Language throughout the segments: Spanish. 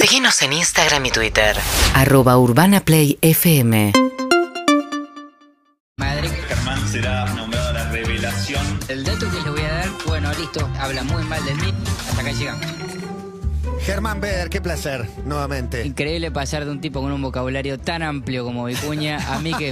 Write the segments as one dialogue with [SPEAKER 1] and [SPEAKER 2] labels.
[SPEAKER 1] Seguinos en Instagram y Twitter.
[SPEAKER 2] Arroba Urbana Play FM.
[SPEAKER 3] Madre,
[SPEAKER 4] Germán será nombrado la revelación.
[SPEAKER 3] el dato que les voy a dar, bueno, listo, habla muy mal de mí, hasta acá llegamos.
[SPEAKER 5] Germán Beder, qué placer, nuevamente.
[SPEAKER 3] Increíble pasar de un tipo con un vocabulario tan amplio como Vicuña a mí que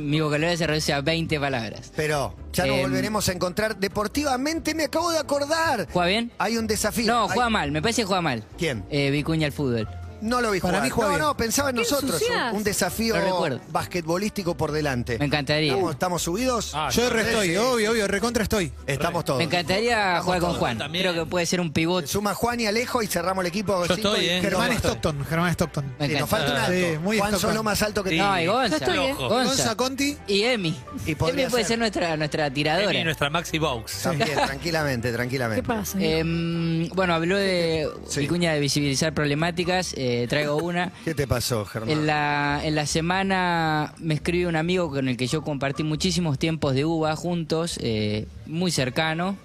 [SPEAKER 3] mi vocabulario se reduce a 20 palabras.
[SPEAKER 5] Pero ya nos
[SPEAKER 3] Em.
[SPEAKER 5] volveremos a encontrar deportivamente, me acabo de acordar.
[SPEAKER 3] ¿Juega bien?
[SPEAKER 5] Hay un desafío.
[SPEAKER 3] No,
[SPEAKER 5] Hay-
[SPEAKER 3] juega mal, me parece que juega mal.
[SPEAKER 5] ¿Quién?
[SPEAKER 3] Eh, Vicuña al fútbol.
[SPEAKER 5] No lo vi
[SPEAKER 6] Para
[SPEAKER 5] jugar.
[SPEAKER 6] mí juega
[SPEAKER 5] no,
[SPEAKER 6] bien.
[SPEAKER 5] no, pensaba en
[SPEAKER 7] ¿Qué
[SPEAKER 5] nosotros.
[SPEAKER 7] ensuciás?
[SPEAKER 5] Un, un desafío
[SPEAKER 3] Lo recuerdo.
[SPEAKER 5] basquetbolístico por delante.
[SPEAKER 3] Me encantaría.
[SPEAKER 5] ¿Estamos, estamos subidos?
[SPEAKER 8] Ah,
[SPEAKER 6] Yo re estoy, obvio, obvio, recontra estoy.
[SPEAKER 5] Estamos todos.
[SPEAKER 3] Me encantaría jugar con Juan.
[SPEAKER 8] también.
[SPEAKER 3] Creo que puede ser un
[SPEAKER 5] Se
[SPEAKER 3] pivote.
[SPEAKER 5] Suma Juan y Alejo y cerramos el equipo.
[SPEAKER 8] Yo
[SPEAKER 5] Cinco
[SPEAKER 8] estoy,
[SPEAKER 5] y-
[SPEAKER 8] ¿eh?
[SPEAKER 5] Germán
[SPEAKER 6] Germán
[SPEAKER 5] está-
[SPEAKER 6] Stockton, Germán Stockton.
[SPEAKER 3] Me
[SPEAKER 5] Sí, nos
[SPEAKER 3] encanta.
[SPEAKER 5] falta un alto.
[SPEAKER 6] Sí, muy
[SPEAKER 5] Juan
[SPEAKER 6] Stockton.
[SPEAKER 5] solo más alto que
[SPEAKER 8] Sí.
[SPEAKER 5] tú.
[SPEAKER 3] No, y Gonza.
[SPEAKER 7] Yo estoy, ¿eh?
[SPEAKER 8] Loco.
[SPEAKER 3] Gonza.
[SPEAKER 6] Gonza Conti.
[SPEAKER 3] Y Emi.
[SPEAKER 5] Y podría
[SPEAKER 3] Emi puede
[SPEAKER 5] ser.
[SPEAKER 3] ser, nuestra, nuestra tiradora.
[SPEAKER 8] Emi, nuestra Maxi Box.
[SPEAKER 5] También, tranquilamente, tranquilamente.
[SPEAKER 7] ¿Qué pasa?
[SPEAKER 3] Em, bueno, habló de
[SPEAKER 5] Sí.
[SPEAKER 3] Vicuña de visibilizar problemáticas. eh, traigo una.
[SPEAKER 5] ¿Qué te pasó, Germán?
[SPEAKER 3] En la, en la semana me escribe un amigo con el que yo compartí muchísimos tiempos de uva juntos, eh, muy cercano,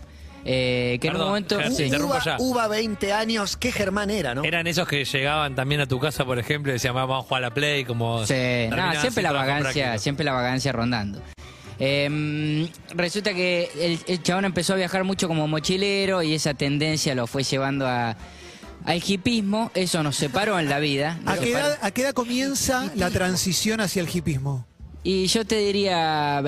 [SPEAKER 3] eh, que en
[SPEAKER 8] Perdón,
[SPEAKER 3] un momento...
[SPEAKER 8] Ger,
[SPEAKER 5] U-
[SPEAKER 8] te
[SPEAKER 3] sí.
[SPEAKER 8] interrumpo
[SPEAKER 5] Uva,
[SPEAKER 8] ya.
[SPEAKER 5] Uva, 20 años, ¿qué Germán era, no?
[SPEAKER 8] Eran esos que llegaban también a tu casa, por ejemplo, y decían, vamos a jugar a la Play, como...
[SPEAKER 3] Sí,
[SPEAKER 8] terminaban
[SPEAKER 3] nada, siempre
[SPEAKER 8] sin
[SPEAKER 3] la
[SPEAKER 8] trabajo
[SPEAKER 3] vagancia,
[SPEAKER 8] práctico.
[SPEAKER 3] siempre la vagancia rondando. Em, resulta que el, el chabón empezó a viajar mucho como mochilero y esa tendencia lo fue llevando a, al hipismo, eso nos separó en la vida.
[SPEAKER 5] Ah,
[SPEAKER 3] nos
[SPEAKER 6] ¿A qué,
[SPEAKER 3] separó.
[SPEAKER 6] edad, a qué edad comienza la transición hacia el hipismo?
[SPEAKER 3] Y yo te diría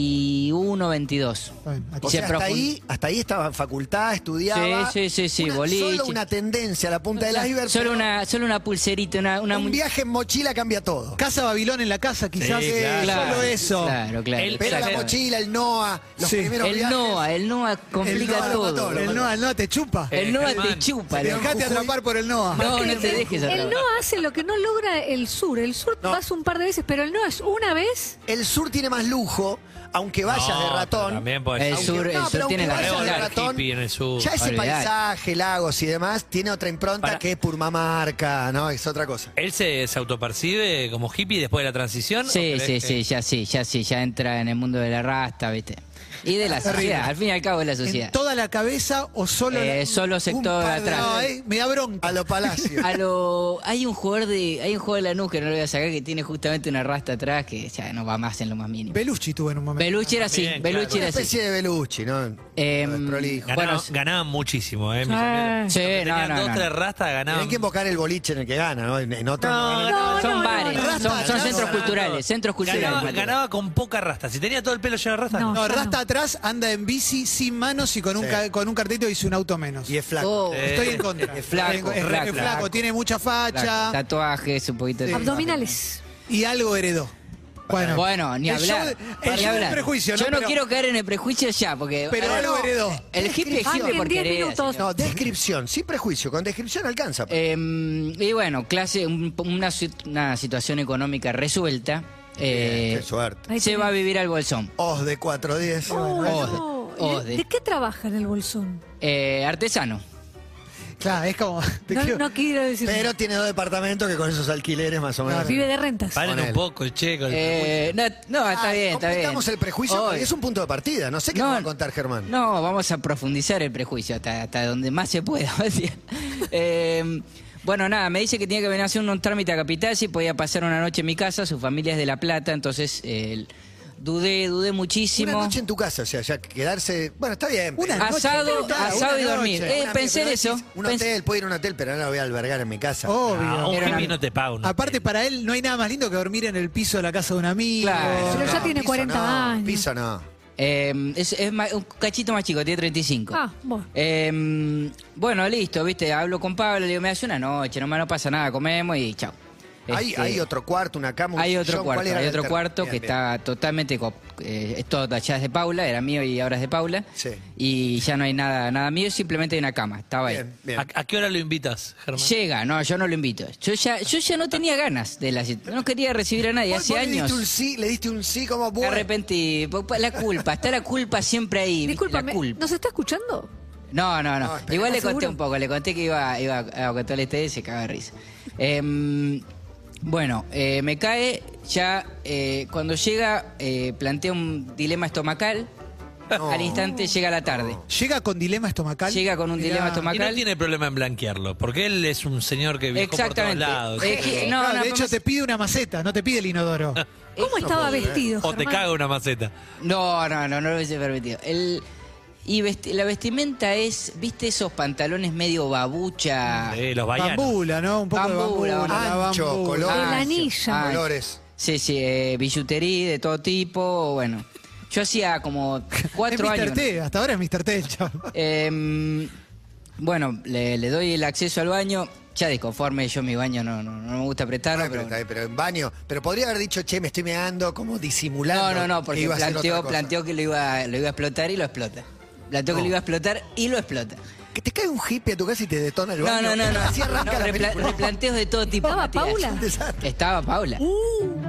[SPEAKER 3] 21, 22.
[SPEAKER 6] Está bien,
[SPEAKER 5] O
[SPEAKER 6] aquí.
[SPEAKER 3] se
[SPEAKER 5] sea, hasta
[SPEAKER 3] profund-
[SPEAKER 5] ahí, hasta ahí estaba en facultad, estudiaba.
[SPEAKER 3] Sí, sí, sí, sí,
[SPEAKER 5] Una-
[SPEAKER 3] boliche.
[SPEAKER 5] Solo una tendencia, la punta del iceberg.
[SPEAKER 3] Solo
[SPEAKER 5] pero
[SPEAKER 3] una, solo una pulserita, una, una mu-
[SPEAKER 5] Un viaje en mochila cambia todo.
[SPEAKER 6] Casa Babilón en la casa, quizás. Eh,
[SPEAKER 8] Sí, claro.
[SPEAKER 6] Solo eso.
[SPEAKER 3] Claro, claro.
[SPEAKER 8] El-
[SPEAKER 5] Pero la
[SPEAKER 8] Exacto.
[SPEAKER 5] mochila, el NOA, los
[SPEAKER 6] Sí.
[SPEAKER 5] primeros
[SPEAKER 3] el
[SPEAKER 5] viajes.
[SPEAKER 3] NOA, el NOA complica
[SPEAKER 5] El Noah lo mató,
[SPEAKER 3] todo.
[SPEAKER 5] lo
[SPEAKER 6] El Noah, el Noah te chupa.
[SPEAKER 8] Eh,
[SPEAKER 3] El NOA te
[SPEAKER 8] Germán,
[SPEAKER 3] chupa. loco.
[SPEAKER 5] se deja-
[SPEAKER 6] Dejate
[SPEAKER 5] Jujuy.
[SPEAKER 6] atrapar por el Noah.
[SPEAKER 3] No, no te dejes
[SPEAKER 7] El
[SPEAKER 3] atrapar.
[SPEAKER 7] no hace lo que no logra el sur. El sur
[SPEAKER 5] No.
[SPEAKER 7] vas un par de veces, pero el no es una vez.
[SPEAKER 5] El sur tiene más lujo, aunque vayas
[SPEAKER 8] No,
[SPEAKER 5] de ratón.
[SPEAKER 8] pero También podés-
[SPEAKER 3] El
[SPEAKER 5] Aunque-
[SPEAKER 3] sur- el sur
[SPEAKER 5] pero
[SPEAKER 3] tiene la
[SPEAKER 5] aunque vayas de
[SPEAKER 3] realidad.
[SPEAKER 5] ratón,
[SPEAKER 8] Hippie en el sur.
[SPEAKER 5] Ya ese
[SPEAKER 3] Olvidate.
[SPEAKER 5] paisaje, lagos y demás, tiene otra impronta
[SPEAKER 8] Para-
[SPEAKER 5] que es Purmamarca, ¿no? Es otra cosa.
[SPEAKER 8] ¿Él se, se autopercibe como hippie después de la transición? ¿O
[SPEAKER 3] Sí,
[SPEAKER 8] crees
[SPEAKER 3] sí,
[SPEAKER 8] que- este,
[SPEAKER 3] sí, ya sí, ya sí, ya entra en el mundo de la rasta, ¿viste? Y de la sociedad, al fin y al cabo de la
[SPEAKER 6] ¿En
[SPEAKER 3] sociedad.
[SPEAKER 6] toda la cabeza o solo
[SPEAKER 3] Eh,
[SPEAKER 6] la-
[SPEAKER 3] solo sector
[SPEAKER 6] par de-
[SPEAKER 3] atrás.
[SPEAKER 6] No, eh, me da bronca.
[SPEAKER 5] A los palacios.
[SPEAKER 3] A lo, hay un jugador de, hay un jugador de Lanús que no lo voy a sacar que tiene justamente una rasta atrás que ya no va más en lo más mínimo.
[SPEAKER 6] Belucci tuvo en un momento.
[SPEAKER 3] Beluche era así,
[SPEAKER 8] Bien,
[SPEAKER 3] Beluche era
[SPEAKER 8] claro.
[SPEAKER 5] una
[SPEAKER 3] así.
[SPEAKER 5] especie de Belucci, ¿no?
[SPEAKER 3] Em,
[SPEAKER 5] Desprolijo.
[SPEAKER 8] Ganaban,
[SPEAKER 3] Bueno,
[SPEAKER 8] ganaban muchísimo, ¿eh? Mis
[SPEAKER 7] Ah.
[SPEAKER 8] amigos.
[SPEAKER 3] Sí,
[SPEAKER 8] Aunque
[SPEAKER 3] no,
[SPEAKER 8] tenían
[SPEAKER 3] no,
[SPEAKER 8] dos,
[SPEAKER 3] no.
[SPEAKER 8] tres rastas,
[SPEAKER 5] Hay
[SPEAKER 8] ganaban.
[SPEAKER 5] que invocar el boliche en el que gana, ¿no? En, en otro no gana.
[SPEAKER 7] No,
[SPEAKER 3] son
[SPEAKER 7] no,
[SPEAKER 3] bares,
[SPEAKER 7] no, no.
[SPEAKER 3] son, son
[SPEAKER 5] Rasta, no,
[SPEAKER 3] centros
[SPEAKER 5] no,
[SPEAKER 3] culturales,
[SPEAKER 5] no.
[SPEAKER 3] centros culturales.
[SPEAKER 8] Ganaba,
[SPEAKER 3] Matías.
[SPEAKER 8] ganaba con poca rasta. Si tenía todo el pelo lleno de rastas,
[SPEAKER 7] No.
[SPEAKER 6] No,
[SPEAKER 7] ya
[SPEAKER 6] Rasta atrás anda en bici sin manos y con un,
[SPEAKER 5] Sí.
[SPEAKER 6] ca- con un cartito dice un auto menos.
[SPEAKER 5] Y es flaco.
[SPEAKER 3] Oh,
[SPEAKER 8] Eh,
[SPEAKER 6] Estoy en contra.
[SPEAKER 3] Es flaco,
[SPEAKER 6] Estoy en contra. Es,
[SPEAKER 3] flaco.
[SPEAKER 6] es flaco, tiene mucha facha
[SPEAKER 3] claro, tatuajes, un poquito de...
[SPEAKER 7] Abdominales.
[SPEAKER 6] y algo heredó. Bueno,
[SPEAKER 3] Bueno, ni
[SPEAKER 6] El show
[SPEAKER 3] hablar.
[SPEAKER 6] de- el
[SPEAKER 3] ni
[SPEAKER 6] show del
[SPEAKER 3] hablar.
[SPEAKER 6] prejuicio, ¿no?
[SPEAKER 3] Yo no
[SPEAKER 6] Pero-
[SPEAKER 3] quiero caer en el prejuicio ya, porque...
[SPEAKER 6] pero
[SPEAKER 3] ahora-
[SPEAKER 6] algo heredó.
[SPEAKER 3] El hippie es
[SPEAKER 7] Ah,
[SPEAKER 3] hippie
[SPEAKER 7] en
[SPEAKER 3] por
[SPEAKER 7] 10
[SPEAKER 3] querer,
[SPEAKER 7] minutos.
[SPEAKER 3] señor.
[SPEAKER 5] No, descripción, sin prejuicio, con descripción alcanza.
[SPEAKER 3] Eh, y bueno, clase, un- una, sit- una situación económica resuelta. eh,
[SPEAKER 5] Qué suerte.
[SPEAKER 7] Ahí
[SPEAKER 3] se
[SPEAKER 7] tenés.
[SPEAKER 3] va a vivir al bolsón.
[SPEAKER 5] Os de 410.
[SPEAKER 7] Oh,
[SPEAKER 3] Ode,
[SPEAKER 7] no.
[SPEAKER 3] ode.
[SPEAKER 7] ¿De, de qué trabaja en el bolsón?
[SPEAKER 3] Eh, artesano.
[SPEAKER 6] Claro, es como. te
[SPEAKER 7] No,
[SPEAKER 6] quiero-
[SPEAKER 7] no quiero decir.
[SPEAKER 5] Pero tiene dos departamentos que con esos alquileres más o menos.
[SPEAKER 7] Vive de rentas.
[SPEAKER 8] Paren
[SPEAKER 5] Ponele.
[SPEAKER 8] un poco, che. con el-
[SPEAKER 3] Eh, no, no, está
[SPEAKER 5] Ay,
[SPEAKER 3] bien, está bien.
[SPEAKER 5] completamos el prejuicio porque
[SPEAKER 3] Obvio.
[SPEAKER 5] es un punto de partida. No sé qué
[SPEAKER 3] No,
[SPEAKER 5] nos va a contar Germán.
[SPEAKER 3] No, vamos a profundizar el prejuicio hasta, hasta donde más se pueda. Matías. Eh, bueno, nada, me dice que tenía que venir a hacer un trámite a Capital si podía pasar una noche en mi casa. Su familia es de La Plata, entonces eh, dudé, dudé muchísimo.
[SPEAKER 5] Una noche en tu casa, o sea, ya quedarse. Bueno, está bien.
[SPEAKER 6] Una
[SPEAKER 5] pero-
[SPEAKER 3] Asado,
[SPEAKER 5] Pero está,
[SPEAKER 3] asado
[SPEAKER 5] una
[SPEAKER 3] y dormir.
[SPEAKER 5] noche.
[SPEAKER 3] Eh,
[SPEAKER 5] Una-
[SPEAKER 3] pensé en
[SPEAKER 5] pero
[SPEAKER 3] eso.
[SPEAKER 5] decís, Un
[SPEAKER 3] Pensé- Oh.
[SPEAKER 5] hotel, puedo ir a un hotel, pero no lo voy a albergar en mi casa.
[SPEAKER 8] Ah,
[SPEAKER 6] Obvio.
[SPEAKER 8] un
[SPEAKER 3] Era
[SPEAKER 8] hippie
[SPEAKER 3] una-
[SPEAKER 8] no te paga un
[SPEAKER 6] Aparte, para él no hay nada más lindo que dormir en el piso de la casa de un amigo.
[SPEAKER 3] Claro.
[SPEAKER 7] Pero ya tiene
[SPEAKER 5] piso
[SPEAKER 7] 40
[SPEAKER 5] no,
[SPEAKER 7] años.
[SPEAKER 5] Piso no.
[SPEAKER 3] Eh, es, es ma- un cachito más chico, tiene 35.
[SPEAKER 7] Ah, bueno.
[SPEAKER 3] Eh, bueno, listo, viste, hablo con Pablo, le digo, me hace una noche, nomás no pasa nada, comemos y chao.
[SPEAKER 5] Hay,
[SPEAKER 3] Este,
[SPEAKER 5] hay otro cuarto, una cama, un
[SPEAKER 3] hay otro
[SPEAKER 5] sillón, ¿cuál
[SPEAKER 3] cuarto,
[SPEAKER 5] era
[SPEAKER 3] hay
[SPEAKER 5] la
[SPEAKER 3] otro
[SPEAKER 5] alter-
[SPEAKER 3] cuarto
[SPEAKER 5] Bien,
[SPEAKER 3] que
[SPEAKER 5] bien.
[SPEAKER 3] está totalmente, co- eh, es todo ya es de Paula, era mío y ahora es de Paula.
[SPEAKER 5] Sí.
[SPEAKER 3] Y ya no hay nada, nada mío, simplemente hay una cama, estaba ahí.
[SPEAKER 5] Bien, bien.
[SPEAKER 8] ¿A, a qué hora lo invitas, Germán?
[SPEAKER 3] Llega, no, yo no lo invito. Yo ya, yo ya no tenía ganas de la cita, no quería recibir a nadie,
[SPEAKER 5] Vos-
[SPEAKER 3] hace
[SPEAKER 5] vos
[SPEAKER 3] años.
[SPEAKER 5] Le diste un sí, le diste un sí como
[SPEAKER 3] Me
[SPEAKER 5] bueno.
[SPEAKER 3] arrepentí, po- po- la culpa, está la culpa siempre ahí. ¿viste?
[SPEAKER 7] Discúlpame,
[SPEAKER 3] la culpa.
[SPEAKER 7] ¿nos está escuchando?
[SPEAKER 3] No, no, no.
[SPEAKER 5] No, espera.
[SPEAKER 3] Igual le
[SPEAKER 7] ¿Seguro?
[SPEAKER 3] conté un poco, le conté que iba, iba a contarle este y se caga de risa. Em, bueno, eh, me cae, ya eh, cuando llega eh, plantea un dilema estomacal
[SPEAKER 5] No.
[SPEAKER 3] al instante llega la tarde.
[SPEAKER 6] ¿Llega con dilema estomacal?
[SPEAKER 3] Llega con un
[SPEAKER 6] Mirá.
[SPEAKER 3] dilema
[SPEAKER 8] Y no
[SPEAKER 3] estomacal.
[SPEAKER 8] tiene problema en blanquearlo, porque él es un señor que viajó por todos
[SPEAKER 3] Exactamente.
[SPEAKER 8] lados.
[SPEAKER 3] Es que- no,
[SPEAKER 6] Claro,
[SPEAKER 3] no,
[SPEAKER 6] de hecho,
[SPEAKER 3] vamos-
[SPEAKER 6] te pide una maceta, no te pide el inodoro.
[SPEAKER 7] ¿Cómo estaba vestido?
[SPEAKER 8] o te
[SPEAKER 7] Germán?
[SPEAKER 8] caga una maceta.
[SPEAKER 3] No, no, no, no lo hubiese permitido. El, y vesti- la vestimenta es, ¿viste esos pantalones medio babucha?
[SPEAKER 8] Eh, los baianos.
[SPEAKER 6] Bambula, ¿no? Un poco
[SPEAKER 3] Bambula,
[SPEAKER 6] de bambula. la
[SPEAKER 5] Ancho,
[SPEAKER 6] bambula.
[SPEAKER 5] color.
[SPEAKER 7] El
[SPEAKER 3] Ah,
[SPEAKER 7] anillo.
[SPEAKER 3] ah,
[SPEAKER 5] Colores.
[SPEAKER 3] Sí, sí, eh, billutería de todo tipo, bueno. Yo hacía como cuatro
[SPEAKER 6] es Mr.
[SPEAKER 3] años.
[SPEAKER 6] T, hasta ahora es Mr. T, el chavo.
[SPEAKER 3] Em, bueno, le, le doy el acceso al baño. Ya desconforme, yo mi baño no, no, no me gusta apretarlo,
[SPEAKER 5] Ah,
[SPEAKER 3] pero...
[SPEAKER 5] pero, está bien, pero en baño. Pero podría haber dicho, che, me estoy meando, como disimulando.
[SPEAKER 3] No, no, no,
[SPEAKER 5] que
[SPEAKER 3] porque
[SPEAKER 5] iba a hacer
[SPEAKER 3] planteó,
[SPEAKER 5] otra cosa. Oh.
[SPEAKER 3] planteó que lo iba, lo iba a explotar y lo explota. Planteó que lo iba a explotar y lo explota.
[SPEAKER 5] Que te cae un hippie a tu casa y te detona el
[SPEAKER 3] No, no,
[SPEAKER 5] baño.
[SPEAKER 3] no, no.
[SPEAKER 5] Así arranca
[SPEAKER 3] No,
[SPEAKER 5] la
[SPEAKER 3] repla-
[SPEAKER 5] película.
[SPEAKER 3] replanteos de todo tipo.
[SPEAKER 7] ¿Estaba
[SPEAKER 3] Matías.
[SPEAKER 7] Paula? Uh.
[SPEAKER 5] Un desastre.
[SPEAKER 3] Estaba Paula.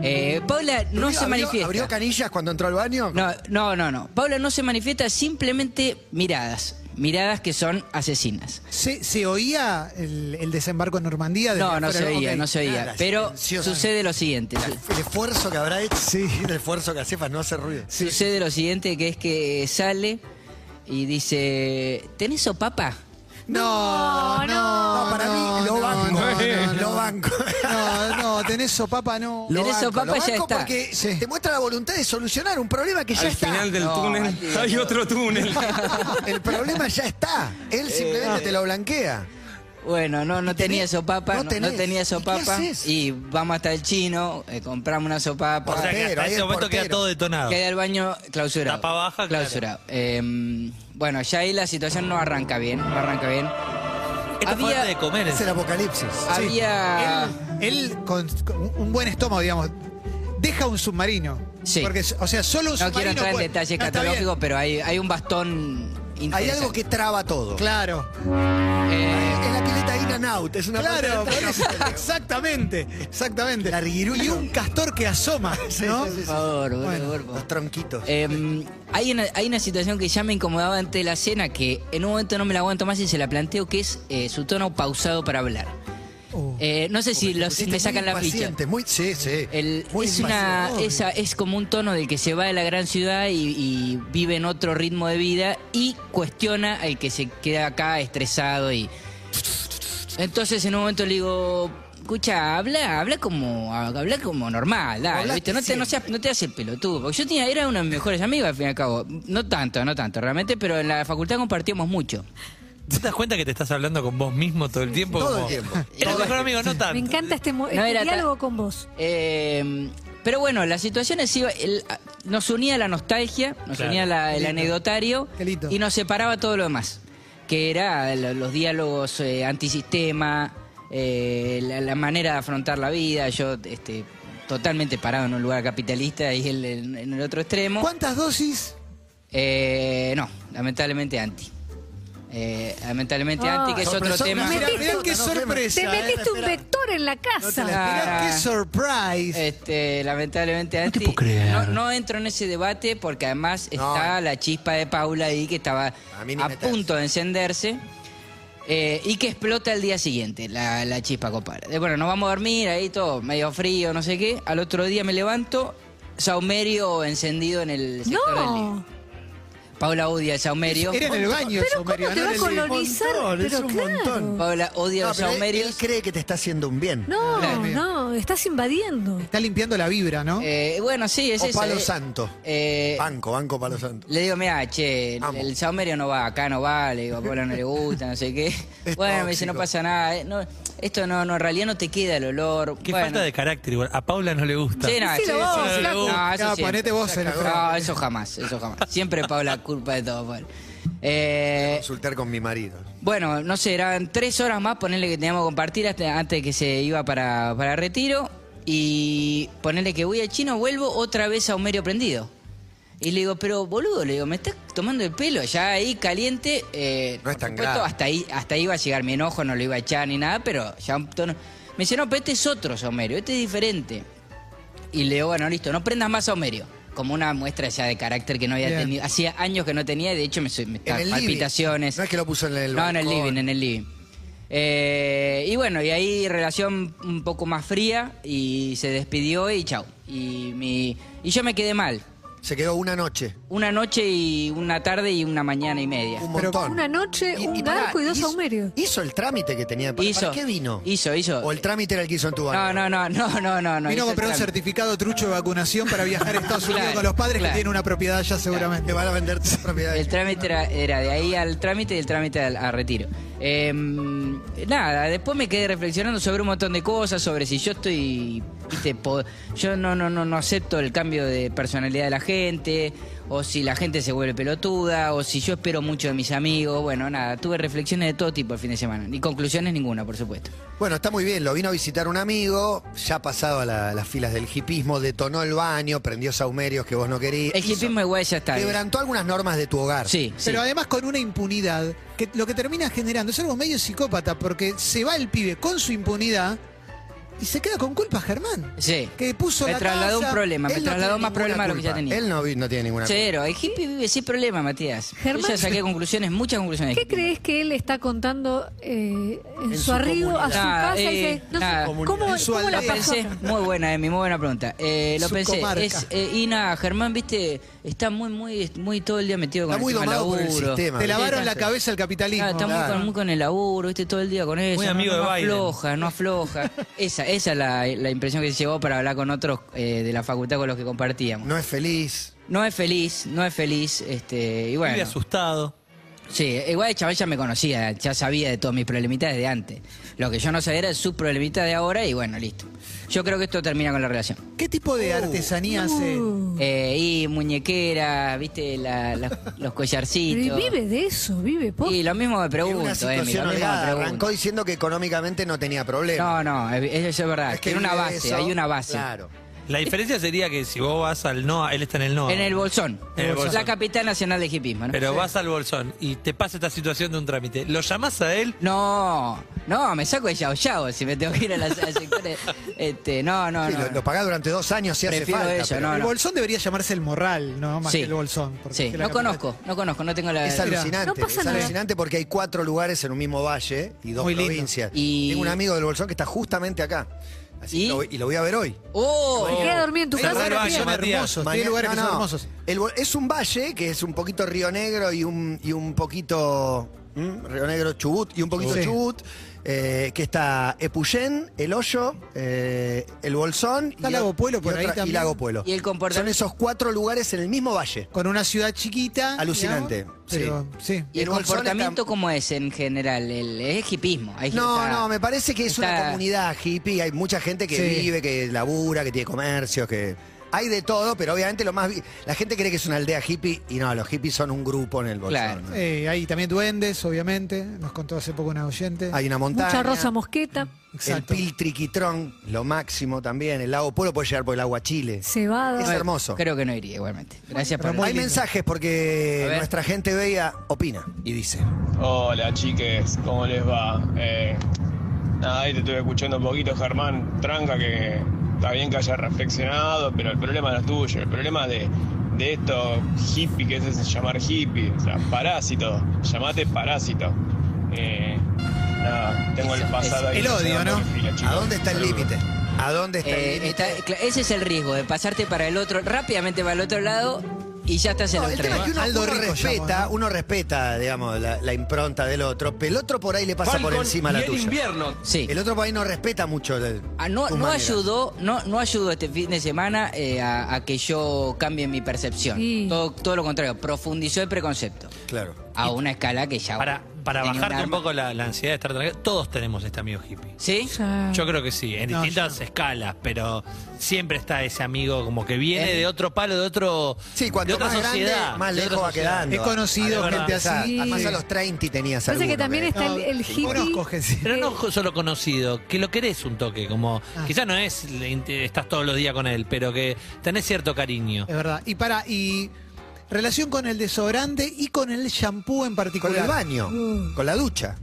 [SPEAKER 3] Eh, Paula no se
[SPEAKER 5] ¿Abrió-
[SPEAKER 3] manifiesta.
[SPEAKER 5] ¿Abrió canillas cuando entró al baño?
[SPEAKER 3] No, no, no, no. Paula no se manifiesta, simplemente miradas. Miradas que son asesinas.
[SPEAKER 6] ¿Se, se oía el, el desembarco en
[SPEAKER 5] Ah,
[SPEAKER 6] Normandía? desde
[SPEAKER 3] No, no
[SPEAKER 6] afuera?
[SPEAKER 3] se oía,
[SPEAKER 6] Ok. Ah,
[SPEAKER 3] no se oía.
[SPEAKER 5] Nada,
[SPEAKER 3] Pero
[SPEAKER 5] silenciosa.
[SPEAKER 3] sucede lo siguiente. su-
[SPEAKER 5] El esfuerzo que habrá hecho. Sí. El esfuerzo que hace para no hacer ruido.
[SPEAKER 3] Sucede lo siguiente, que es que sale y dice, ¿tenés sopapa?
[SPEAKER 6] No, no,
[SPEAKER 7] No,
[SPEAKER 5] No, para
[SPEAKER 6] no,
[SPEAKER 5] mí lo
[SPEAKER 6] no,
[SPEAKER 5] banco.
[SPEAKER 6] no, no,
[SPEAKER 5] lo
[SPEAKER 6] no.
[SPEAKER 5] banco.
[SPEAKER 6] No, no, tenés sopapa, no.
[SPEAKER 3] Lo- En eso,
[SPEAKER 5] banco,
[SPEAKER 3] papá, ya
[SPEAKER 5] banco
[SPEAKER 3] está.
[SPEAKER 5] Porque
[SPEAKER 6] Sí.
[SPEAKER 5] te muestra la voluntad de solucionar un problema que ya
[SPEAKER 9] Al
[SPEAKER 5] está.
[SPEAKER 9] final del
[SPEAKER 3] No,
[SPEAKER 9] túnel
[SPEAKER 3] Mati,
[SPEAKER 9] hay
[SPEAKER 3] no.
[SPEAKER 9] otro túnel.
[SPEAKER 5] El problema ya está.
[SPEAKER 3] Eh,
[SPEAKER 5] Él simplemente te lo blanquea.
[SPEAKER 3] Bueno, no, no tenía
[SPEAKER 5] tenés?
[SPEAKER 3] sopapa,
[SPEAKER 5] No
[SPEAKER 3] no, no
[SPEAKER 5] tenés.
[SPEAKER 3] tenía
[SPEAKER 5] ¿Y qué
[SPEAKER 3] sopapa.
[SPEAKER 5] haces?
[SPEAKER 3] Y vamos hasta el chino, eh, compramos una sopapa.
[SPEAKER 8] O sea que
[SPEAKER 5] Portero,
[SPEAKER 8] hasta
[SPEAKER 5] ahí
[SPEAKER 8] ese
[SPEAKER 5] el
[SPEAKER 8] momento queda
[SPEAKER 5] portero.
[SPEAKER 8] todo detonado.
[SPEAKER 3] Queda el baño clausurado.
[SPEAKER 8] Tapa baja, claro.
[SPEAKER 3] Clausurado. Eh, bueno, ya ahí la situación no arranca bien, no arranca bien.
[SPEAKER 8] Esto fue
[SPEAKER 3] había-
[SPEAKER 8] antes de comer.
[SPEAKER 5] Es el apocalipsis.
[SPEAKER 3] Ah, Había...
[SPEAKER 6] Él, con, con un buen estómago, digamos, deja un submarino.
[SPEAKER 3] Sí.
[SPEAKER 6] Porque, o sea, solo un
[SPEAKER 3] No quiero
[SPEAKER 6] submarino.
[SPEAKER 3] entrar en
[SPEAKER 6] puede-
[SPEAKER 3] detalles
[SPEAKER 6] No, está bien.
[SPEAKER 3] catológicos, pero hay, hay un bastón
[SPEAKER 5] Hay
[SPEAKER 3] interesante.
[SPEAKER 5] algo que traba todo.
[SPEAKER 6] Claro,
[SPEAKER 3] Eh,
[SPEAKER 5] Es la pileta in and out. Es una
[SPEAKER 6] claro,
[SPEAKER 5] pileta-
[SPEAKER 6] por eso, exactamente, exactamente.
[SPEAKER 5] Larguirucho.
[SPEAKER 6] Y un castor que asoma, ¿no?
[SPEAKER 5] sí, sí,
[SPEAKER 3] por favor, por
[SPEAKER 6] Bueno,
[SPEAKER 3] favor, por favor.
[SPEAKER 5] Los tronquitos.
[SPEAKER 3] Eh, hay, una, hay una situación que ya me incomodaba antes de la cena que en un momento no me la aguanto más y se la planteo que es eh, su tono pausado para hablar.
[SPEAKER 6] Oh.
[SPEAKER 3] Eh, no sé si
[SPEAKER 5] Te
[SPEAKER 3] los,
[SPEAKER 5] pusiste
[SPEAKER 3] me
[SPEAKER 5] muy
[SPEAKER 3] sacan la ficha.
[SPEAKER 5] impaciente, Muy, sí, sí.
[SPEAKER 3] El-
[SPEAKER 5] Muy
[SPEAKER 3] es, una,
[SPEAKER 5] impaciente.
[SPEAKER 3] esa, es como un tono del que se va de la gran ciudad y, y vive en otro ritmo de vida y cuestiona al que se queda acá estresado y... Entonces en un momento le digo, escucha, habla, habla como, habla como normal, dale, ¿viste?
[SPEAKER 5] Hablaste
[SPEAKER 3] No, te, no, seas- no te hagas el pelotudo. Porque yo tenía, era uno de mis mejores amigos al fin y al cabo. No tanto, no tanto, realmente, pero en la facultad compartíamos mucho.
[SPEAKER 8] ¿Te das cuenta que te estás hablando con vos mismo todo el tiempo?
[SPEAKER 5] Todo
[SPEAKER 8] Como,
[SPEAKER 5] el tiempo.
[SPEAKER 8] Era tu mejor amigo, no tanto.
[SPEAKER 7] Me encanta este, mo-
[SPEAKER 3] No
[SPEAKER 7] este
[SPEAKER 3] era tan-
[SPEAKER 7] diálogo con vos.
[SPEAKER 3] Eh, pero bueno, las situaciones iba- el- nos unía la nostalgia, nos
[SPEAKER 8] Claro.
[SPEAKER 3] unía la- el anecdotario
[SPEAKER 6] Qué lindo.
[SPEAKER 3] y nos separaba todo lo demás, que era lo- los diálogos eh, antisistema, eh, la, la manera de afrontar la vida, yo este, totalmente parado en un lugar capitalista y él en, en el otro extremo.
[SPEAKER 6] ¿Cuántas dosis?
[SPEAKER 3] Eh, no, lamentablemente anti. Eh, lamentablemente
[SPEAKER 7] Ah.
[SPEAKER 3] anti, que es otro
[SPEAKER 5] Sorpresa,
[SPEAKER 3] tema.
[SPEAKER 5] una
[SPEAKER 6] Mirá,
[SPEAKER 7] Metiste-
[SPEAKER 6] mirá qué sorpresa.
[SPEAKER 7] Te
[SPEAKER 6] eh.
[SPEAKER 7] metiste un vector en la casa.
[SPEAKER 3] la-
[SPEAKER 6] Mirá qué surprise.
[SPEAKER 3] Este, lamentablemente, Anti,
[SPEAKER 8] puedo creer.
[SPEAKER 3] No, no entro en ese debate porque además
[SPEAKER 5] No.
[SPEAKER 3] está la chispa de Paula ahí que estaba
[SPEAKER 5] A mí ni
[SPEAKER 3] a
[SPEAKER 5] metas.
[SPEAKER 3] punto de encenderse eh, y que explota el día siguiente, la, la chispa copal. Eh, bueno, nos vamos a dormir ahí todo medio frío, no sé qué. Al otro día me levanto, saumerio encendido en el sector del living.
[SPEAKER 7] No,
[SPEAKER 3] Paula odia el saumerio.
[SPEAKER 6] Era en el baño,
[SPEAKER 7] pero ¿cómo
[SPEAKER 6] submarino,
[SPEAKER 7] te
[SPEAKER 6] no
[SPEAKER 7] va
[SPEAKER 6] en
[SPEAKER 7] a
[SPEAKER 6] el-
[SPEAKER 7] colonizar?
[SPEAKER 5] montón, es
[SPEAKER 7] pero
[SPEAKER 5] un
[SPEAKER 7] claro.
[SPEAKER 5] montón.
[SPEAKER 3] Paula odia
[SPEAKER 5] No,
[SPEAKER 3] los
[SPEAKER 5] pero él,
[SPEAKER 3] saumerios.
[SPEAKER 5] él cree que te está haciendo un bien.
[SPEAKER 7] No,
[SPEAKER 6] Claro.
[SPEAKER 7] no, estás invadiendo.
[SPEAKER 6] Está limpiando la vibra, ¿no?
[SPEAKER 3] Eh, bueno, sí, es
[SPEAKER 5] o
[SPEAKER 3] eso.
[SPEAKER 5] Palo
[SPEAKER 3] eh.
[SPEAKER 5] Santo.
[SPEAKER 3] Eh,
[SPEAKER 5] banco, banco Palo Santo.
[SPEAKER 3] Le digo, mira, che,
[SPEAKER 5] Amo.
[SPEAKER 3] el saumerio no va, acá no va, le digo, a Pablo no le gusta, no sé qué.
[SPEAKER 5] Es
[SPEAKER 3] bueno, me dice,
[SPEAKER 5] tóxico.
[SPEAKER 3] no pasa nada. eh, no, esto no, no, en realidad no te queda el olor.
[SPEAKER 8] Qué
[SPEAKER 3] bueno.
[SPEAKER 8] falta de carácter igual. A Paula no le gusta.
[SPEAKER 3] Sí, no,
[SPEAKER 7] Decilo
[SPEAKER 3] sí,
[SPEAKER 7] vos,
[SPEAKER 3] sí, sí,
[SPEAKER 7] flaco.
[SPEAKER 3] no, eso
[SPEAKER 6] Ya,
[SPEAKER 3] siempre.
[SPEAKER 6] Ah, ponete vos en el
[SPEAKER 3] No, eso jamás, eso jamás. Siempre Paula culpa de todo, Paula. Eh,
[SPEAKER 5] Consultar con mi marido.
[SPEAKER 3] bueno, no sé, eran tres horas más, ponerle que teníamos que compartir hasta- antes de que se iba para, para retiro. Y ponerle que voy al chino, vuelvo otra vez a Homerio prendido. Y le digo, pero boludo, le digo, me estás tomando el pelo, ya ahí caliente. eh,
[SPEAKER 5] No es
[SPEAKER 3] por
[SPEAKER 5] tan
[SPEAKER 3] supuesto,
[SPEAKER 5] grave.
[SPEAKER 3] Hasta ahí, hasta ahí iba a llegar mi enojo, no lo iba a echar ni nada, pero ya un tono. Me dice, no, pero este es otro Saumerio, este es diferente. Y le digo, bueno, listo, no prendas más Saumerio. Como una muestra ya de carácter que no había
[SPEAKER 6] Bien.
[SPEAKER 3] tenido. Hacía años que no tenía, y de hecho me, me
[SPEAKER 5] En
[SPEAKER 3] estaban
[SPEAKER 5] el
[SPEAKER 3] palpitaciones.
[SPEAKER 5] living. No es que lo puso en el
[SPEAKER 3] No, en el
[SPEAKER 5] balcón.
[SPEAKER 3] living, en el living. Eh, y bueno, y ahí relación un poco más fría y se despidió y chau. Y, mi, y yo me quedé mal.
[SPEAKER 5] Se quedó una noche.
[SPEAKER 3] Una noche y una tarde y una mañana y media.
[SPEAKER 5] Un
[SPEAKER 6] Pero
[SPEAKER 5] montón.
[SPEAKER 7] Una noche,
[SPEAKER 5] Y-
[SPEAKER 7] un
[SPEAKER 5] y pará,
[SPEAKER 7] garco y dos
[SPEAKER 5] hizo-
[SPEAKER 7] saumerios.
[SPEAKER 5] ¿Hizo el trámite que tenía? ¿Para,
[SPEAKER 3] Hizo.
[SPEAKER 5] para qué vino?
[SPEAKER 3] Hizo, hizo.
[SPEAKER 5] ¿O el trámite era el que hizo en tu
[SPEAKER 3] No,
[SPEAKER 5] banco?
[SPEAKER 3] no, no, no, no, no. no
[SPEAKER 6] Vino
[SPEAKER 3] hizo el
[SPEAKER 6] a comprar un
[SPEAKER 3] trámite.
[SPEAKER 6] certificado trucho de vacunación para viajar a Estados Unidos
[SPEAKER 3] Claro,
[SPEAKER 6] con los padres
[SPEAKER 3] claro.
[SPEAKER 6] que tienen una propiedad ya seguramente.
[SPEAKER 5] Te van a vender tus
[SPEAKER 3] El
[SPEAKER 5] propiedades.
[SPEAKER 3] trámite era, era de ahí al trámite y del trámite al, al retiro. Em, nada, después me quedé reflexionando sobre un montón de cosas, sobre si yo estoy, viste, po- yo no, no, no, no acepto el cambio de personalidad de la gente, o si la gente se vuelve pelotuda, o si yo espero mucho de mis amigos. Bueno, nada, tuve reflexiones de todo tipo el fin de semana, ni conclusiones ninguna, por supuesto.
[SPEAKER 5] Bueno, está muy bien. Lo vino a visitar un amigo, ya pasado a la- las filas del hipismo, detonó el baño, prendió saumerios que vos no querías.
[SPEAKER 3] El hipismo igual ya está.
[SPEAKER 5] Quebrantó algunas normas de tu hogar.
[SPEAKER 3] Sí, sí.
[SPEAKER 6] Pero además con una impunidad que lo que termina generando es algo medio psicópata porque se va el pibe con su impunidad y se queda con culpa Germán.
[SPEAKER 3] Sí.
[SPEAKER 6] Que puso
[SPEAKER 3] me
[SPEAKER 6] la
[SPEAKER 3] trasladó
[SPEAKER 6] casa,
[SPEAKER 3] un problema, me
[SPEAKER 5] Él no
[SPEAKER 3] trasladó
[SPEAKER 5] tiene
[SPEAKER 3] más
[SPEAKER 5] ninguna
[SPEAKER 3] problemas de lo que ya
[SPEAKER 5] culpa.
[SPEAKER 3] tenía.
[SPEAKER 5] Él no, vi- no tiene ninguna culpa.
[SPEAKER 3] Cero, el hippie vive sin problema, Matías.
[SPEAKER 7] Germán,
[SPEAKER 3] Yo ya saqué conclusiones, muchas conclusiones.
[SPEAKER 7] ¿Qué crees que él está contando eh, en,
[SPEAKER 5] En
[SPEAKER 7] su,
[SPEAKER 5] su
[SPEAKER 7] arribo a su
[SPEAKER 5] comunidad.
[SPEAKER 3] Nada,
[SPEAKER 7] casa? y
[SPEAKER 3] eh,
[SPEAKER 7] dice, no sé,
[SPEAKER 3] nada.
[SPEAKER 7] ¿cómo,
[SPEAKER 6] En su
[SPEAKER 7] cómo la
[SPEAKER 6] aldea.
[SPEAKER 7] pasó?
[SPEAKER 3] Pensé,
[SPEAKER 7] acá?
[SPEAKER 3] muy buena, Emi, muy buena pregunta. Eh, lo
[SPEAKER 6] Su
[SPEAKER 3] pensé,
[SPEAKER 6] comarca.
[SPEAKER 3] es, eh, Ina, Germán, viste, está muy, muy, muy todo el día metido con
[SPEAKER 5] Está
[SPEAKER 3] el
[SPEAKER 5] muy
[SPEAKER 3] tema del
[SPEAKER 5] domado por el
[SPEAKER 3] laburo.
[SPEAKER 5] sistema.
[SPEAKER 6] Te lavaron la
[SPEAKER 5] Sí.
[SPEAKER 6] cabeza el capitalismo.
[SPEAKER 3] Ah, está muy
[SPEAKER 5] Claro.
[SPEAKER 3] con- muy con el laburo, viste, todo el día con eso.
[SPEAKER 8] Muy
[SPEAKER 3] no,
[SPEAKER 8] amigo
[SPEAKER 3] no,
[SPEAKER 8] de
[SPEAKER 3] no
[SPEAKER 8] Biden.
[SPEAKER 3] afloja, no afloja. esa, esa es la, la impresión que se llevó para hablar con otros eh, de la facultad con los que compartíamos. No.
[SPEAKER 5] No es feliz.
[SPEAKER 3] es feliz, no es feliz, este, y bueno.
[SPEAKER 8] asustado.
[SPEAKER 3] Sí, igual el chaval ya me conocía, ya sabía de todos mis problemitas desde antes. Lo que yo no sabía era sus problemitas de ahora y bueno, listo. Yo creo que esto termina con la relación.
[SPEAKER 6] ¿Qué tipo de
[SPEAKER 3] Uh,
[SPEAKER 6] artesanía hace?
[SPEAKER 3] Eh, y muñequeras, viste, la- la- los
[SPEAKER 7] Pero
[SPEAKER 3] collarcitos.
[SPEAKER 7] vive de eso, vive poco.
[SPEAKER 3] Y lo mismo me
[SPEAKER 5] Tiene una
[SPEAKER 3] pregunto, Emi,
[SPEAKER 5] situación
[SPEAKER 3] lo mismo me
[SPEAKER 5] holgada. Arrancó
[SPEAKER 3] pregunto.
[SPEAKER 5] diciendo que económicamente no tenía
[SPEAKER 3] No,
[SPEAKER 5] problema.
[SPEAKER 3] no, eh, eso es verdad.
[SPEAKER 5] Es que
[SPEAKER 3] Tiene una
[SPEAKER 5] vive
[SPEAKER 3] base,
[SPEAKER 5] eso,
[SPEAKER 3] hay una base.
[SPEAKER 5] Claro.
[SPEAKER 8] La diferencia sería que si vos vas al NOA, él está en el NOA.
[SPEAKER 3] En el Bolsón,
[SPEAKER 8] En el Bolsón.
[SPEAKER 3] la capital nacional de hipismo. ¿no?
[SPEAKER 8] Pero vas al Bolsón y te pasa esta situación de un trámite. Lo llamás a él.
[SPEAKER 3] No, no, me saco de Yao Yao si me tengo que ir a las, al sector. Este, no, no,
[SPEAKER 5] Sí,
[SPEAKER 3] no.
[SPEAKER 5] lo, lo pagás durante dos años si hace
[SPEAKER 3] Prefiero
[SPEAKER 5] falta.
[SPEAKER 3] eso,
[SPEAKER 5] pero
[SPEAKER 3] no,
[SPEAKER 6] el
[SPEAKER 3] no.
[SPEAKER 6] bolsón debería llamarse el morral, no más
[SPEAKER 3] Sí.
[SPEAKER 6] que el bolsón. porque
[SPEAKER 3] Sí,
[SPEAKER 6] es que la
[SPEAKER 3] no
[SPEAKER 6] capital-
[SPEAKER 3] conozco, no conozco, no tengo la...
[SPEAKER 5] Es
[SPEAKER 6] Mira,
[SPEAKER 5] alucinante,
[SPEAKER 7] no pasa
[SPEAKER 5] es
[SPEAKER 7] nada.
[SPEAKER 5] alucinante porque hay cuatro lugares en un mismo valle y dos
[SPEAKER 6] Muy lindo.
[SPEAKER 5] provincias.
[SPEAKER 3] Y-
[SPEAKER 5] Tengo un amigo del Bolsón que está justamente acá. Así
[SPEAKER 3] ¿Y?
[SPEAKER 5] que lo- y lo voy a ver hoy.
[SPEAKER 3] ¡Oh!
[SPEAKER 7] Se queda dormido en tu
[SPEAKER 8] Está
[SPEAKER 7] casa.
[SPEAKER 8] raro,
[SPEAKER 6] Lugares
[SPEAKER 8] Matías.
[SPEAKER 6] que son hermosos, tiene
[SPEAKER 5] Mañana-
[SPEAKER 6] lugares que
[SPEAKER 5] no,
[SPEAKER 6] son
[SPEAKER 5] no.
[SPEAKER 6] hermosos.
[SPEAKER 5] El Bol- es un valle que es un poquito Río Negro y un, y un poquito. ¿m? Río Negro Chubut y un poquito
[SPEAKER 6] Sí.
[SPEAKER 5] Chubut. eh, que está Epuyén, El Hoyo, eh, El Bolsón.
[SPEAKER 6] Está
[SPEAKER 5] y-
[SPEAKER 6] Lago Puelo por
[SPEAKER 5] y
[SPEAKER 6] ahí
[SPEAKER 5] Y
[SPEAKER 6] también.
[SPEAKER 5] Lago Puelo.
[SPEAKER 3] Y el
[SPEAKER 5] Son
[SPEAKER 3] comportamiento...
[SPEAKER 5] esos cuatro lugares en el mismo valle.
[SPEAKER 6] Con una ciudad chiquita.
[SPEAKER 5] Alucinante,
[SPEAKER 6] digamos,
[SPEAKER 5] sí.
[SPEAKER 6] pero- sí.
[SPEAKER 3] ¿Y el
[SPEAKER 5] el Bolsón
[SPEAKER 3] comportamiento
[SPEAKER 5] está-
[SPEAKER 3] cómo es en general? El, es hipismo. Hay gente
[SPEAKER 5] No,
[SPEAKER 3] que está-
[SPEAKER 5] no, me parece que es una
[SPEAKER 3] está-
[SPEAKER 5] comunidad hippie. Hay mucha gente que
[SPEAKER 6] Sí.
[SPEAKER 5] vive, que labura, que tiene comercios, que. Hay de todo, pero obviamente lo más. vi- La gente cree que es una aldea hippie y no, los hippies son un grupo en el bolsón.
[SPEAKER 3] Claro.
[SPEAKER 5] ¿no?
[SPEAKER 6] Eh, hay también duendes, obviamente. Nos contó hace poco una oyente.
[SPEAKER 5] Hay una montaña.
[SPEAKER 7] Mucha rosa mosqueta,
[SPEAKER 5] el
[SPEAKER 6] Exacto.
[SPEAKER 5] Piltriquitrón, lo máximo también. El lago Pueblo puede llegar por el agua a Chile. Es
[SPEAKER 7] cebada.
[SPEAKER 5] hermoso.
[SPEAKER 3] Creo que no iría igualmente. Gracias por
[SPEAKER 6] Pero
[SPEAKER 3] el-
[SPEAKER 6] muy
[SPEAKER 5] Hay
[SPEAKER 6] lindo.
[SPEAKER 5] mensajes
[SPEAKER 3] A
[SPEAKER 5] porque
[SPEAKER 3] ver.
[SPEAKER 5] nuestra gente bella opina y dice.
[SPEAKER 9] Hola chiques, ¿cómo les va? Eh, nada, ahí te estuve escuchando un poquito, Germán. Tranca que está bien que hayas reflexionado, pero el problema no es tuyo, el problema es de, de esto hippie que es llamar hippie, o sea, parásito, llamate parásito. Eh, nada, tengo el
[SPEAKER 3] Eso,
[SPEAKER 9] pasado
[SPEAKER 3] eso.
[SPEAKER 9] ahí.
[SPEAKER 6] El odio, ¿no?
[SPEAKER 5] ¿A dónde está el límite? ¿A dónde está
[SPEAKER 3] Eh,
[SPEAKER 5] el límite?
[SPEAKER 3] está- cla- ese es el riesgo, de pasarte para el otro, rápidamente para el otro lado y ya estás en
[SPEAKER 5] No,
[SPEAKER 3] el
[SPEAKER 5] el
[SPEAKER 3] tren.
[SPEAKER 5] tema es que uno,
[SPEAKER 6] Aldo
[SPEAKER 5] uno
[SPEAKER 6] Rico
[SPEAKER 5] respeta,
[SPEAKER 6] llama, ¿no?
[SPEAKER 5] uno respeta, digamos, la, la impronta del otro, pero el otro por ahí le pasa por encima la tuya.
[SPEAKER 3] Sí.
[SPEAKER 5] El otro por ahí no respeta mucho. el-
[SPEAKER 3] Ah, no,
[SPEAKER 5] tus
[SPEAKER 3] no
[SPEAKER 5] maneras.
[SPEAKER 3] ayudó, no, no ayudó este fin de semana eh, a, a que yo cambie mi percepción.
[SPEAKER 7] Sí.
[SPEAKER 3] Todo, todo lo contrario, profundizó el preconcepto.
[SPEAKER 5] Claro.
[SPEAKER 3] A una escala que ya.
[SPEAKER 8] Para, para
[SPEAKER 3] tenía
[SPEAKER 8] bajarte un
[SPEAKER 3] arma.
[SPEAKER 8] poco la, la ansiedad de estar tranquilo. Todos tenemos este amigo hippie.
[SPEAKER 3] ¿Sí?
[SPEAKER 7] Ya.
[SPEAKER 8] Yo creo que sí, en
[SPEAKER 6] No,
[SPEAKER 8] distintas escalas, pero siempre está ese amigo como que viene de otro palo, de otro.
[SPEAKER 5] Sí,
[SPEAKER 8] de
[SPEAKER 5] cuanto
[SPEAKER 8] otra
[SPEAKER 5] más
[SPEAKER 8] sociedad,
[SPEAKER 5] grande, más
[SPEAKER 8] de otra
[SPEAKER 5] lejos va
[SPEAKER 8] sociedad.
[SPEAKER 5] quedando.
[SPEAKER 6] He conocido
[SPEAKER 8] Ah, de
[SPEAKER 6] gente
[SPEAKER 5] Además,
[SPEAKER 6] así.
[SPEAKER 5] además a los 30 tenías
[SPEAKER 7] Parece que
[SPEAKER 5] alguno,
[SPEAKER 7] también
[SPEAKER 5] ¿eh?
[SPEAKER 7] está el, el
[SPEAKER 6] Sí,
[SPEAKER 7] hippie.
[SPEAKER 6] Conozco gente.
[SPEAKER 8] Pero no solo conocido, que lo querés un toque, como
[SPEAKER 6] Ah.
[SPEAKER 8] quizás no es, le inte- estás todos los días con él, pero que tenés cierto cariño.
[SPEAKER 6] Es verdad. Y para, y relación con el desodorante y con el shampoo en particular.
[SPEAKER 5] Con el baño, con la ducha.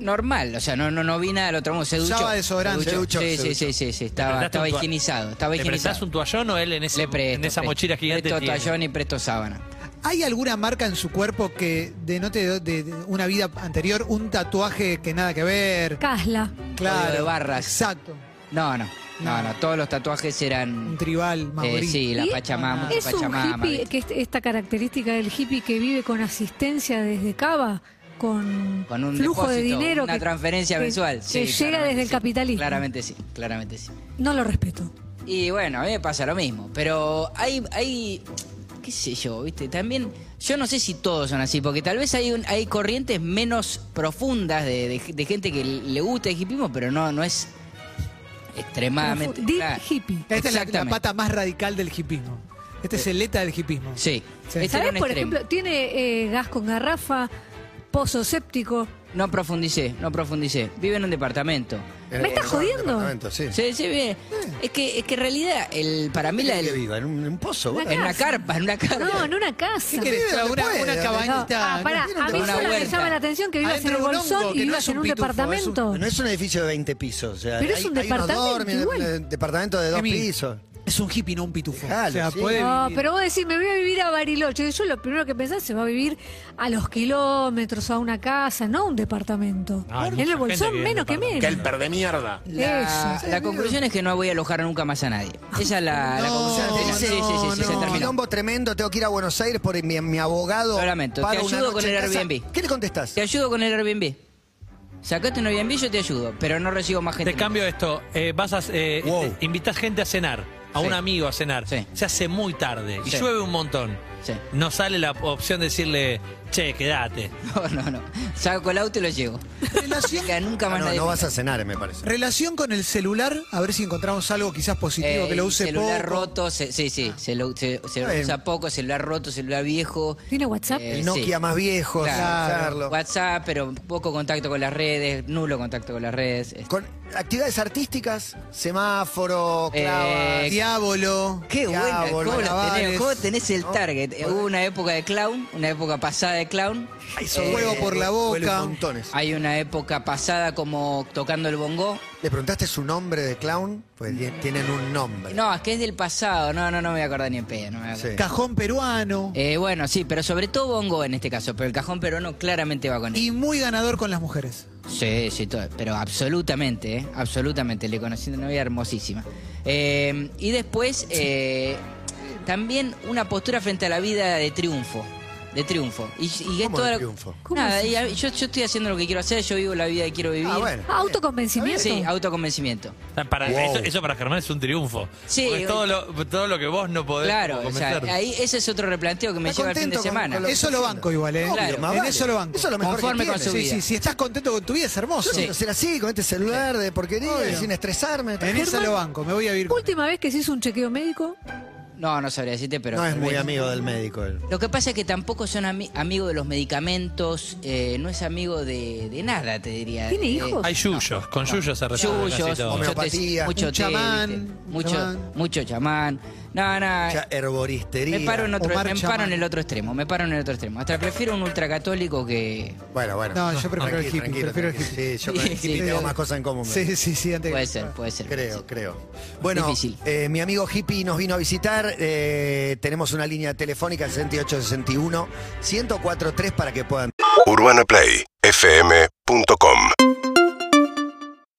[SPEAKER 3] normal, o sea, no, no, no vi nada del otro mundo. Se duchó.
[SPEAKER 6] Usaba desodorante.
[SPEAKER 3] Se duchó.
[SPEAKER 5] Se duchó,
[SPEAKER 3] Sí,
[SPEAKER 5] se
[SPEAKER 3] sí,
[SPEAKER 5] duchó.
[SPEAKER 3] sí, sí, sí,
[SPEAKER 8] ¿Le
[SPEAKER 3] estaba,
[SPEAKER 8] prestás
[SPEAKER 3] estaba
[SPEAKER 8] un tua-
[SPEAKER 3] higienizado, estaba
[SPEAKER 8] ¿Le prestás
[SPEAKER 3] higienizado.
[SPEAKER 8] un toallón o él en, ese,
[SPEAKER 3] Le presto,
[SPEAKER 8] en esa
[SPEAKER 3] presto.
[SPEAKER 8] mochila gigante?
[SPEAKER 3] Presto
[SPEAKER 8] tiene?
[SPEAKER 3] tallón y presto sábana.
[SPEAKER 6] ¿Hay alguna marca en su cuerpo que denote de, de- de una vida anterior, un tatuaje que nada que ver?
[SPEAKER 7] Casla.
[SPEAKER 3] Código de barras.
[SPEAKER 6] Exacto.
[SPEAKER 3] No, no. No, no, todos los tatuajes eran.
[SPEAKER 6] Un tribal,
[SPEAKER 3] eh,
[SPEAKER 6] maorí.
[SPEAKER 3] sí, la
[SPEAKER 7] Y
[SPEAKER 3] Pachamama, mucho
[SPEAKER 7] Es un
[SPEAKER 3] Pachamama.
[SPEAKER 7] hippie,
[SPEAKER 3] ¿viste?
[SPEAKER 7] que es- esta característica del hippie que vive con asistencia desde Cava, con,
[SPEAKER 3] Con un
[SPEAKER 7] flujo de
[SPEAKER 3] depósito,
[SPEAKER 7] dinero.
[SPEAKER 3] Una
[SPEAKER 7] que-
[SPEAKER 3] transferencia
[SPEAKER 7] que-
[SPEAKER 3] mensual.
[SPEAKER 7] Que
[SPEAKER 3] sí,
[SPEAKER 7] llega
[SPEAKER 3] claramente
[SPEAKER 7] desde el
[SPEAKER 3] sí.
[SPEAKER 7] capitalismo.
[SPEAKER 3] Claramente sí, claramente sí.
[SPEAKER 7] No lo respeto.
[SPEAKER 3] Y bueno, a mí me pasa lo mismo. Pero hay, hay, qué sé yo, viste, también, yo no sé si todos son así, porque tal vez hay un- hay corrientes menos profundas de, de- de gente que le gusta el hipismo, pero no, no es extremadamente.
[SPEAKER 7] Deep
[SPEAKER 3] claro.
[SPEAKER 7] hippie.
[SPEAKER 6] Esta es la- la,
[SPEAKER 3] Exactamente.
[SPEAKER 6] pata más radical del hipismo. Este es el ETA del hipismo.
[SPEAKER 3] Sí.
[SPEAKER 6] Sí.
[SPEAKER 3] Este era
[SPEAKER 7] ¿Sabés,
[SPEAKER 3] un
[SPEAKER 7] por
[SPEAKER 3] extremo.
[SPEAKER 7] ejemplo, tiene eh, gas con garrafa, pozo séptico?
[SPEAKER 3] No profundicé, no profundicé. Vive en un departamento.
[SPEAKER 5] En
[SPEAKER 7] ¿Me
[SPEAKER 5] el-
[SPEAKER 7] estás
[SPEAKER 5] en el
[SPEAKER 7] jodiendo?
[SPEAKER 5] departamento, Sí.
[SPEAKER 3] Sí, sí, bien. Es que, es que en realidad, el, para mí la,
[SPEAKER 5] ¿Qué
[SPEAKER 3] el-
[SPEAKER 5] viva? ¿En un, en un pozo?
[SPEAKER 7] Una
[SPEAKER 5] bueno.
[SPEAKER 3] en una carpa, en una carpa.
[SPEAKER 7] No, en una casa.
[SPEAKER 6] ¿Qué querés?
[SPEAKER 5] Donde
[SPEAKER 6] Una,
[SPEAKER 5] puede,
[SPEAKER 6] una
[SPEAKER 5] donde-
[SPEAKER 7] No,
[SPEAKER 6] cabañita.
[SPEAKER 7] Ah, pará,
[SPEAKER 5] ¿no
[SPEAKER 7] a mí
[SPEAKER 5] tiene
[SPEAKER 3] una
[SPEAKER 7] solo me
[SPEAKER 3] huerta?
[SPEAKER 7] llama la atención que vivas en
[SPEAKER 6] Adentro
[SPEAKER 7] el
[SPEAKER 6] de un
[SPEAKER 7] bolsón
[SPEAKER 6] hongo,
[SPEAKER 7] y
[SPEAKER 6] que no
[SPEAKER 7] vivas
[SPEAKER 6] es
[SPEAKER 7] en
[SPEAKER 6] un
[SPEAKER 7] un
[SPEAKER 6] pitufo, es un-
[SPEAKER 7] departamento.
[SPEAKER 5] No es un edificio de 20 pisos. o sea,
[SPEAKER 7] Pero es
[SPEAKER 5] hay,
[SPEAKER 7] un
[SPEAKER 5] hay unos
[SPEAKER 7] departamento
[SPEAKER 5] dormis,
[SPEAKER 7] igual.
[SPEAKER 5] de- departamento de dos
[SPEAKER 6] Emi,
[SPEAKER 5] pisos.
[SPEAKER 6] Es un hippie, no un pitufo.
[SPEAKER 5] Dejalo,
[SPEAKER 6] o sea,
[SPEAKER 5] sí.
[SPEAKER 6] puede
[SPEAKER 7] No,
[SPEAKER 6] vivir.
[SPEAKER 7] pero vos decís, me voy a vivir a Bariloche. Yo lo primero que pensás se va a vivir a los kilómetros, a una casa, no a un departamento.
[SPEAKER 8] No, Ah, hay
[SPEAKER 7] en
[SPEAKER 8] mucha
[SPEAKER 7] el
[SPEAKER 8] gente que
[SPEAKER 7] bolsón
[SPEAKER 8] vive en
[SPEAKER 7] menos que menos.
[SPEAKER 8] departamento.
[SPEAKER 3] La,
[SPEAKER 7] Eso.
[SPEAKER 3] la conclusión es que no voy a alojar nunca más a nadie. Esa es la, la
[SPEAKER 5] O
[SPEAKER 3] conclusión.
[SPEAKER 5] sea, te
[SPEAKER 3] final.
[SPEAKER 5] dice,
[SPEAKER 3] sí, sí, sí, sí, se
[SPEAKER 5] Oh, "No,
[SPEAKER 3] terminó.
[SPEAKER 5] quilombo tremendo, tengo que ir a Buenos Aires por mi, mi abogado.
[SPEAKER 3] Lo lamento,
[SPEAKER 5] paga
[SPEAKER 3] te
[SPEAKER 5] una
[SPEAKER 3] ayudo
[SPEAKER 5] noche
[SPEAKER 3] con
[SPEAKER 5] en
[SPEAKER 3] el
[SPEAKER 5] casa".
[SPEAKER 3] Airbnb.
[SPEAKER 5] ¿Qué le contestás?
[SPEAKER 3] Te ayudo con el Airbnb. Sacate un Airbnb, yo te ayudo, pero no recibo más gente.
[SPEAKER 8] Te cambio esto. eh, vas a, eh,
[SPEAKER 5] Wow.
[SPEAKER 8] este, invitás gente a cenar, a
[SPEAKER 3] Sí.
[SPEAKER 8] un amigo a cenar.
[SPEAKER 3] Sí.
[SPEAKER 8] Se hace muy tarde y
[SPEAKER 3] Sí.
[SPEAKER 8] llueve un montón.
[SPEAKER 3] Sí.
[SPEAKER 8] No sale la opción de decirle, che, quédate.
[SPEAKER 3] No, no, no. Saco el auto y lo llevo.
[SPEAKER 6] Relación,
[SPEAKER 3] Nunca, nunca
[SPEAKER 5] Ah,
[SPEAKER 3] más
[SPEAKER 5] no,
[SPEAKER 3] nadie.
[SPEAKER 5] no vas a cenar, me
[SPEAKER 3] Eh,
[SPEAKER 5] parece.
[SPEAKER 6] relación con el celular, a ver si encontramos algo quizás positivo
[SPEAKER 3] Eh,
[SPEAKER 6] que lo use
[SPEAKER 3] celular
[SPEAKER 6] poco.
[SPEAKER 3] roto, se- sí, sí, se lo se- se
[SPEAKER 5] Está bien.
[SPEAKER 3] usa poco, celular roto, celular viejo.
[SPEAKER 7] ¿Tiene WhatsApp?
[SPEAKER 3] Eh,
[SPEAKER 5] El Nokia
[SPEAKER 3] sí.
[SPEAKER 5] más viejo,
[SPEAKER 3] Claro.
[SPEAKER 5] usarlo.
[SPEAKER 3] WhatsApp, pero poco contacto con las redes, nulo contacto con las redes. Este,
[SPEAKER 5] Con actividades artísticas, semáforo,
[SPEAKER 3] Eh,
[SPEAKER 5] clavas.
[SPEAKER 6] Diablo.
[SPEAKER 3] Qué buena,
[SPEAKER 5] Diablo,
[SPEAKER 3] ¿cómo, la
[SPEAKER 5] malabares,
[SPEAKER 3] tenés, ¿Cómo tenés el
[SPEAKER 5] ¿no?
[SPEAKER 3] target? Eh, Hubo una época de clown, una época pasada de clown.
[SPEAKER 5] Hizo
[SPEAKER 3] Eh,
[SPEAKER 5] huevo por la
[SPEAKER 6] huele
[SPEAKER 5] boca.
[SPEAKER 6] montones.
[SPEAKER 3] Hay una época pasada como tocando el bongo.
[SPEAKER 5] ¿Le preguntaste su nombre de clown? Pues tie- tienen un nombre.
[SPEAKER 3] No, es que es del pasado. No, no, no me voy a acordar ni en pedo. No me voy a acordar.
[SPEAKER 5] Sí.
[SPEAKER 6] Cajón peruano.
[SPEAKER 3] Eh, bueno, sí, pero sobre todo bongo en este caso. Pero el cajón peruano claramente va con él.
[SPEAKER 6] Y muy ganador con las mujeres.
[SPEAKER 3] Sí, sí, todo. Pero absolutamente, ¿eh? Absolutamente. Le conocí una novia hermosísima. Eh, y después, eh, también una postura frente a la vida de triunfo. De triunfo. Y, y
[SPEAKER 5] ¿Cómo
[SPEAKER 3] esto
[SPEAKER 5] de
[SPEAKER 3] era-
[SPEAKER 5] triunfo?
[SPEAKER 7] ¿Cómo
[SPEAKER 3] Nada,
[SPEAKER 7] es
[SPEAKER 3] y a- yo, yo estoy haciendo lo que quiero hacer, yo vivo la vida que quiero vivir.
[SPEAKER 5] Ah, bueno.
[SPEAKER 7] Ah, autoconvencimiento.
[SPEAKER 3] Sí, autoconvencimiento.
[SPEAKER 8] Para-
[SPEAKER 5] Wow.
[SPEAKER 8] eso, eso para Germán es un triunfo.
[SPEAKER 3] Sí,
[SPEAKER 8] Porque todo lo, todo lo que vos no podés
[SPEAKER 3] Claro, o sea,
[SPEAKER 8] convencer.
[SPEAKER 3] ahí ese es otro replanteo que me
[SPEAKER 5] Está
[SPEAKER 3] lleva al fin de
[SPEAKER 5] contento con-
[SPEAKER 3] semana.
[SPEAKER 5] con Lo que
[SPEAKER 6] Eso lo
[SPEAKER 5] está
[SPEAKER 6] banco
[SPEAKER 5] haciendo.
[SPEAKER 6] igual, ¿eh?
[SPEAKER 5] Obvio,
[SPEAKER 6] en
[SPEAKER 5] más vale.
[SPEAKER 6] eso lo banco.
[SPEAKER 5] Eso es lo mejor
[SPEAKER 3] Conforme
[SPEAKER 5] que
[SPEAKER 3] con
[SPEAKER 5] tiene.
[SPEAKER 3] su
[SPEAKER 6] sí,
[SPEAKER 3] vida.
[SPEAKER 6] sí, si estás contento con tu vida es hermoso.
[SPEAKER 5] Yo
[SPEAKER 3] Sí.
[SPEAKER 5] quiero ser así, con este celular de porquería, sin estresarme.
[SPEAKER 6] En esa
[SPEAKER 5] Germán,
[SPEAKER 6] lo banco, me voy a vivir. con-
[SPEAKER 7] Última vez que se hizo un chequeo médico,
[SPEAKER 3] No, no sabría decirte, pero...
[SPEAKER 5] No es
[SPEAKER 3] tal
[SPEAKER 5] muy
[SPEAKER 3] vez.
[SPEAKER 5] amigo del médico él.
[SPEAKER 3] Lo que pasa es que tampoco son ami- amigo de los medicamentos, eh, no es amigo de, de nada, te diría.
[SPEAKER 7] ¿Tiene
[SPEAKER 3] Eh,
[SPEAKER 7] hijos?
[SPEAKER 8] Hay yuyos, con yuyos se resuelve casi
[SPEAKER 3] Yuyos,
[SPEAKER 8] todo.
[SPEAKER 3] mucho
[SPEAKER 5] Homeopatía.
[SPEAKER 3] té, mucho
[SPEAKER 6] Un
[SPEAKER 3] té,
[SPEAKER 6] chamán,
[SPEAKER 3] ¿viste?
[SPEAKER 6] un chamán.
[SPEAKER 3] mucho, mucho chamán. No, no,
[SPEAKER 5] Ya herboristería.
[SPEAKER 3] me paro en otro,
[SPEAKER 6] Omar
[SPEAKER 3] me paro
[SPEAKER 6] chamán.
[SPEAKER 3] en el otro extremo, me paro en el otro extremo. Hasta prefiero un ultracatólico que
[SPEAKER 5] Bueno, bueno.
[SPEAKER 6] No, yo prefiero el hippie,
[SPEAKER 5] Tranquilo,
[SPEAKER 6] prefiero el
[SPEAKER 5] tranquilo.
[SPEAKER 6] hippie.
[SPEAKER 5] Sí, yo con el
[SPEAKER 3] Sí,
[SPEAKER 5] hippie
[SPEAKER 6] sí.
[SPEAKER 5] tengo más cosas en común.
[SPEAKER 6] Sí, sí, sí, antes que-
[SPEAKER 3] puede ser, puede ser.
[SPEAKER 5] Creo, creo. Bueno,
[SPEAKER 3] Difícil.
[SPEAKER 5] eh, mi amigo hippie nos vino a visitar. eh, tenemos una línea telefónica 6861-1043 para que puedan
[SPEAKER 10] UrbanaPlayFM.com